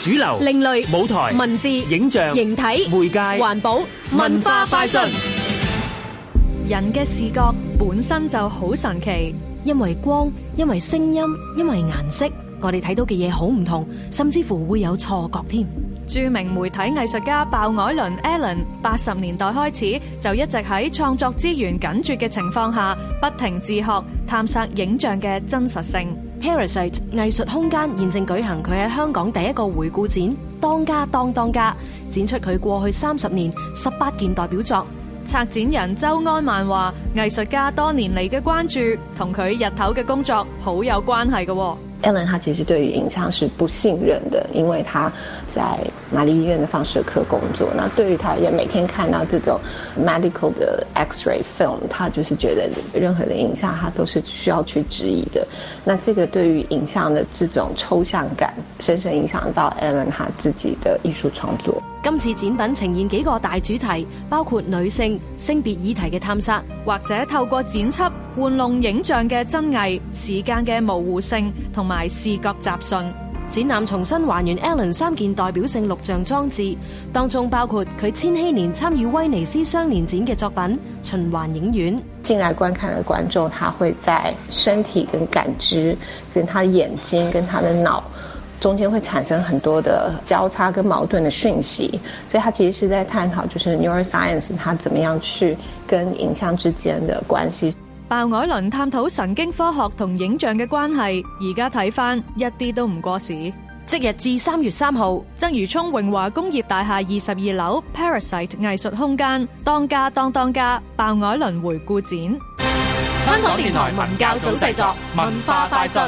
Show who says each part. Speaker 1: 主流、
Speaker 2: 另類
Speaker 1: 舞台、
Speaker 2: 文字、
Speaker 1: 影像、
Speaker 2: 形體、
Speaker 1: 媒介
Speaker 2: 環保、文化快訊。
Speaker 3: 人嘅視覺本身就好神奇，
Speaker 4: 因為光，因為聲音，因為顏色，我哋睇到嘅嘢好唔同，甚至乎會有錯覺添。
Speaker 3: 著名媒體藝術家鮑凱倫 Alan 八十年代開始就一直喺創作資源緊絀嘅情況下，不停自學探索影像嘅真實性。
Speaker 4: Parasite 藝術空間現正舉行佢喺香港第一個回顧展《當家當當家》，展出佢過去三十年十八件代表作。
Speaker 3: 策展人周安曼話：藝術家多年嚟嘅關注同佢日頭嘅工作好有關係嘅喎。
Speaker 5: Alan 他其實對於影像是不信任的，因為他在瑪麗醫院的放射科工作。那對於他而言，每天看到這種 medical 的 X-ray film，他就是覺得任何的影像他都是需要去質疑的。那這個對於影像的這種抽象感，深深影響到 Alan 他自己的藝術創作。
Speaker 4: 今次展品呈現幾個大主題，包括女性、性別議題嘅探索，
Speaker 3: 或者透過剪輯玩弄影像嘅真偽、時間嘅模糊性同埋視覺雜訊。
Speaker 4: 展覽重新還原 Alan 三件代表性錄像裝置，當中包括佢千禧年參與威尼斯雙年展嘅作品《循環影院》。
Speaker 5: 進來觀看的觀眾，他會在身體跟感知、跟他眼睛、跟他的腦。中間會產生很多的交叉跟矛盾的訊息，所以它其實是在探討，就是 neuroscience 它怎麼樣去跟影像之間的關係。
Speaker 3: 鮑凱倫探討神經科學同影像嘅關係，而家睇返一啲都唔過時。
Speaker 4: 即日至三月三號，
Speaker 3: 鰂魚涌榮華工業大廈二十二樓 Parasite 藝術空間，當家當當家，鮑凱倫回顧展。
Speaker 2: 香港電台文教組製作，文化快訊。